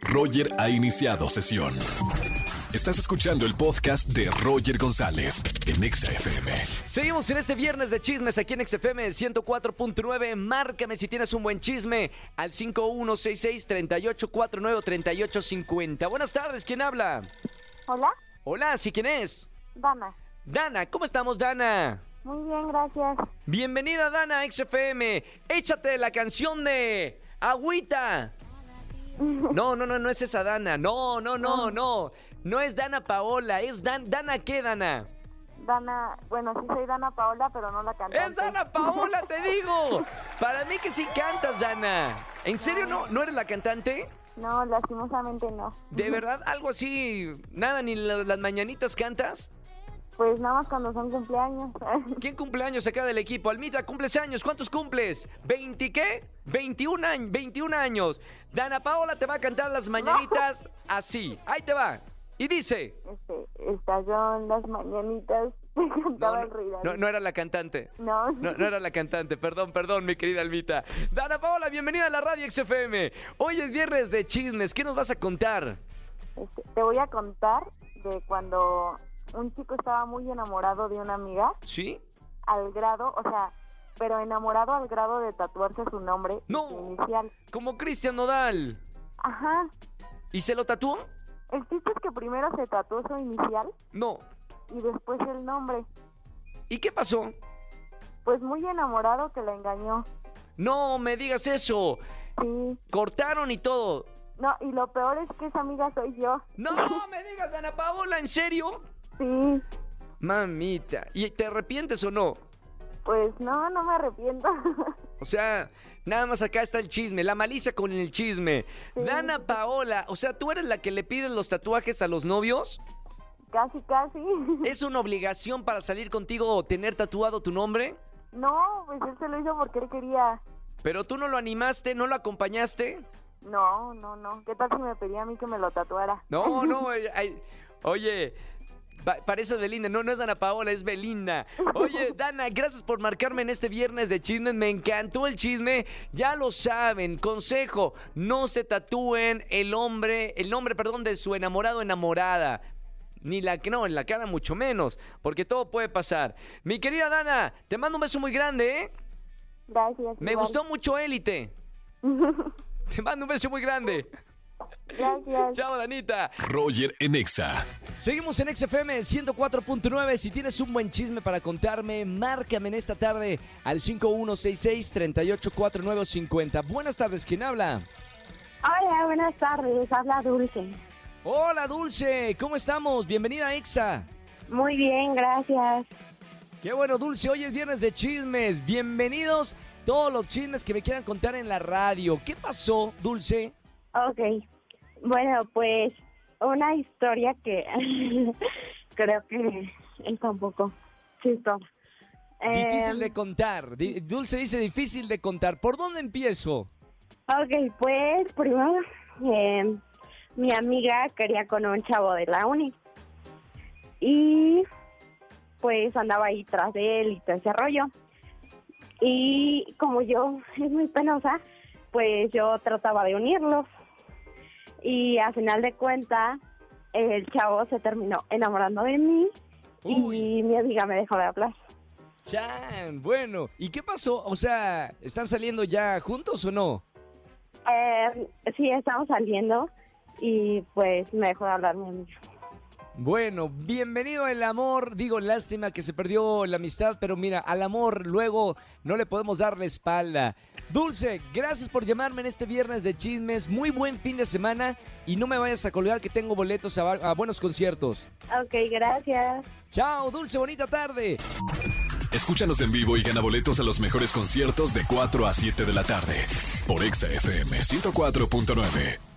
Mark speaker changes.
Speaker 1: Roger ha iniciado sesión. Estás escuchando el podcast de Roger González en Exa FM.
Speaker 2: Seguimos en este viernes de chismes aquí en XFM 104.9. Márcame si tienes un buen chisme al 5166-3849-3850. Buenas tardes, ¿quién habla?
Speaker 3: Hola,
Speaker 2: Hola, ¿sí quién es?
Speaker 3: dama.
Speaker 2: Dana, ¿cómo estamos, Dana?
Speaker 3: Muy bien, gracias.
Speaker 2: Bienvenida, Dana, a XFM. Échate la canción de Agüita. No, no, no, no es esa Dana. No, no, no, no. No es Dana Paola, es Dan Dana qué, Dana.
Speaker 3: Dana, bueno, sí soy Dana Paola, pero no la cantante.
Speaker 2: Es Dana Paola, te digo. Para mí que sí cantas, Dana. ¿En serio no? ¿No eres la cantante?
Speaker 3: No, lastimosamente no.
Speaker 2: ¿De verdad algo así? Nada, ni la- las mañanitas cantas.
Speaker 3: Pues nada más cuando son cumpleaños.
Speaker 2: ¿Quién cumpleaños acá del equipo? Almita, cumples años. ¿Cuántos cumples? ¿20 qué? 21 años. 21 años. Dana Paola te va a cantar las mañanitas así. Ahí te va. Y dice.
Speaker 3: Este, estallón, las mañanitas, me
Speaker 2: No,
Speaker 3: cantaba
Speaker 2: no,
Speaker 3: el rey
Speaker 2: no,
Speaker 3: David.
Speaker 2: no era la cantante.
Speaker 3: No.
Speaker 2: No, no era la cantante, perdón, perdón, mi querida Almita. Dana Paola, bienvenida a la Radio XFM. Hoy es viernes de chismes, ¿qué nos vas a contar?
Speaker 3: Este, te voy a contar de cuando un chico estaba muy enamorado de una amiga,
Speaker 2: ¿Sí?
Speaker 3: al grado, o sea, pero enamorado al grado de tatuarse su nombre y
Speaker 2: No.
Speaker 3: su inicial.
Speaker 2: Como Cristian Nodal.
Speaker 3: Ajá.
Speaker 2: ¿Y se lo tatuó?
Speaker 3: El chiste es que primero se tatuó su inicial
Speaker 2: No.
Speaker 3: y después el nombre.
Speaker 2: ¿Y qué pasó?
Speaker 3: Pues muy enamorado que la engañó.
Speaker 2: No me digas eso.
Speaker 3: Sí.
Speaker 2: Cortaron y todo.
Speaker 3: No, y lo peor es que esa amiga soy yo.
Speaker 2: No me digas, Dana Paola, ¿en serio?
Speaker 3: Sí.
Speaker 2: Mamita. ¿Y te arrepientes o no?
Speaker 3: Pues no, no me arrepiento.
Speaker 2: O sea, nada más acá está el chisme, la malicia con el chisme.
Speaker 3: Sí.
Speaker 2: Dana Paola, o sea, ¿tú eres la que le pides los tatuajes a los novios?
Speaker 3: casi, casi.
Speaker 2: ¿Es una obligación para salir contigo o tener tatuado tu nombre?
Speaker 3: No, pues él se lo hizo porque él quería.
Speaker 2: Pero tú no lo animaste, no lo acompañaste.
Speaker 3: No, no, no. ¿Qué tal si me pedía a mí que me lo tatuara?
Speaker 2: No, no, eh, ay, oye, pa- parece Belinda, no, no es Dana Paola, es Belinda. Oye, Dana, gracias por marcarme en este viernes de chismes, me encantó el chisme, ya lo saben, consejo, no se tatúen el hombre, el nombre, perdón, de su enamorado o enamorada. Ni la que no, en la cara mucho menos, porque todo puede pasar. Mi querida Dana, te mando un beso muy grande, ¿eh?
Speaker 3: Gracias.
Speaker 2: Me
Speaker 3: igual.
Speaker 2: gustó mucho Élite. Te mando un beso muy grande.
Speaker 3: Gracias.
Speaker 2: Chao, Danita.
Speaker 1: Roger en Exa.
Speaker 2: Seguimos en XFM 104.9. Si tienes un buen chisme para contarme, márcame en esta tarde al 5166-384950. Buenas tardes, ¿quién habla?
Speaker 4: Hola, buenas tardes. Habla Dulce.
Speaker 2: Hola, Dulce, ¿cómo estamos? Bienvenida a Exa.
Speaker 4: Muy bien, gracias.
Speaker 2: Qué bueno, Dulce, hoy es viernes de chismes. Bienvenidos todos los chismes que me quieran contar en la radio. ¿Qué pasó, Dulce?
Speaker 4: Ok. Bueno, pues una historia que creo que está un poco chistosa.
Speaker 2: Difícil
Speaker 4: Em,
Speaker 2: de contar. Di- Dulce dice difícil de contar. ¿Por dónde empiezo?
Speaker 4: Ok, pues primero, em, mi amiga quería con un chavo de la uni. Y pues andaba ahí tras de él y todo ese rollo. Y como yo es muy penosa, pues yo trataba de unirlos. Y al final de cuenta, el chavo se terminó enamorando de mí
Speaker 2: Uy.
Speaker 4: y mi amiga me dejó de hablar.
Speaker 2: Chan, bueno, ¿y qué pasó? O sea, ¿están saliendo ya juntos o no?
Speaker 4: Em, sí, estamos saliendo y pues me dejó de hablar mi amiga.
Speaker 2: Bueno, bienvenido al amor. Digo, lástima que se perdió la amistad, pero mira, al amor luego no le podemos dar la espalda. Dulce, gracias por llamarme en este viernes de chismes. Muy buen fin de semana y no me vayas a colgar que tengo boletos a, va- a buenos conciertos.
Speaker 4: Ok, gracias.
Speaker 2: Chao, Dulce, bonita tarde.
Speaker 1: Escúchanos en vivo y gana boletos a los mejores conciertos de 4 a 7 de la tarde por Exa FM 104.9.